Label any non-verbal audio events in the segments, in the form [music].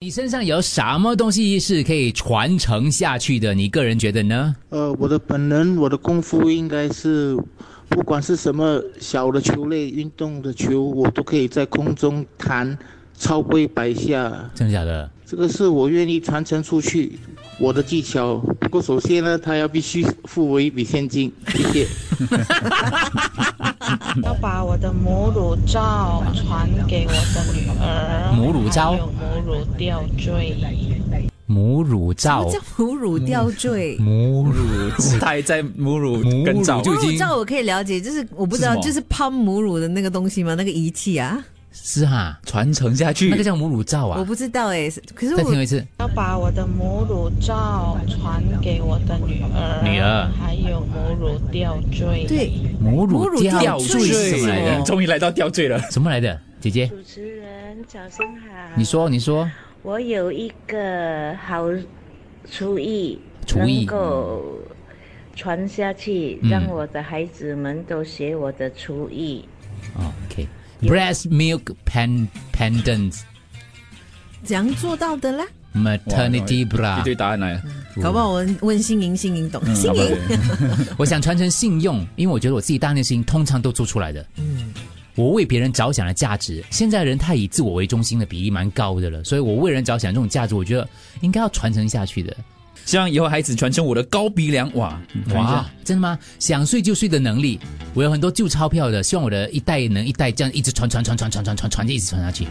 你身上有什么东西是可以传承下去的？你个人觉得呢？呃，我的本人，我的功夫应该是，不管是什么小的球类运动的球，我都可以在空中弹超过百下。真的假的？这个是我愿意传承出去我的技巧。不过首先呢，他要必须付我一笔现金，谢谢。要把我的母乳罩传给我的女儿，母乳罩还有母乳吊坠。母乳什哦罩哦么，叫母乳吊嗯坠？母乳 [laughs] 他在母乳母跟乳照就母已乳经罩我可以了解，就是我不知道，是什么就是泡母乳的那个东西吗？那个仪器啊，是哈，传承下去那个叫母乳罩我啊。不知道哎、可是再听我一次，要把我的母乳罩传给我的女儿，女儿还有母乳吊坠。，对母母乳乳吊吊坠坠是什么来是的哦？终于来到吊坠了。什么来的？姐姐，主持人，早上好。你，说，你说，我有一个好厨艺，厨艺能够传下去，嗯让我的孩子们都学我的厨艺。哦，OK，breast milk pen pendants 怎样做到的啦？ maternity 一 bra 堆。答案来了，搞不好我问问心莹，心莹嗯懂，心莹、我想传承信用，因为我觉得我自己大内事情通常都做出来的。嗯，我为别人着想的价值，现在人太以自我为中心的比例蛮高的了，所以我为人着想这种价值，我觉得应该要传承下去的。希望以后孩子传承我的高鼻梁。哇哇，，啊真的吗？想睡就睡的能力，我有很多旧钞票的，希望我的一代能一代这样一直传传传传传传传传，一直传下去。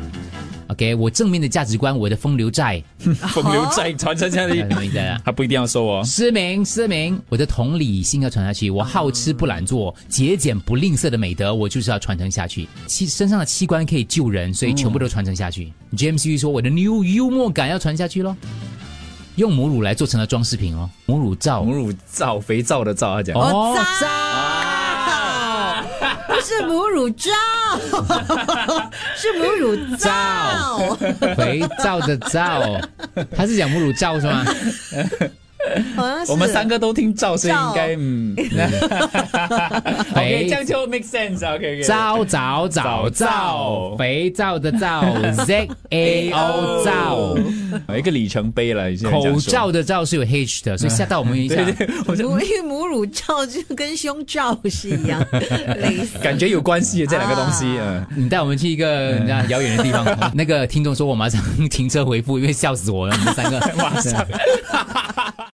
OK，我正面的价值观，我的风流债，风流债传承下 [laughs] 去哎什么意思啊，他不一定要收哦。失明失明，我的同理心要传下去，我好吃不懒做、节俭不吝啬的美德，我就是要传承下去。器身上的器官可以救人，所以全部都传承下去。James U 说，我的 new 幽默感要传下去咯，用母乳来做成了装饰品哦，母乳罩，母乳皂，肥皂的啊皂，他讲。哦罩，不是母乳罩， [laughs] 是母乳罩。肥皂的皂，他是讲母乳罩是吗？好像是我们三个都听皂，所以皂应该 [laughs] 嗯，OK，肥这样就 make sense 啊。OK，皂皂皂皂，皂皂肥皂的皂，Z A O 皂。哦有一个里程碑了，已经口罩的罩是有 H 的，所以吓到我们一下。对对，我就母因为母乳罩就跟胸罩是一 [laughs] 样，类似。感觉有关系的这两个东西，嗯啊。你带我们去一个你知道遥远的地方。那 [laughs] 个听众说，我马上停车回复，因为笑死我了，你们三个。马上。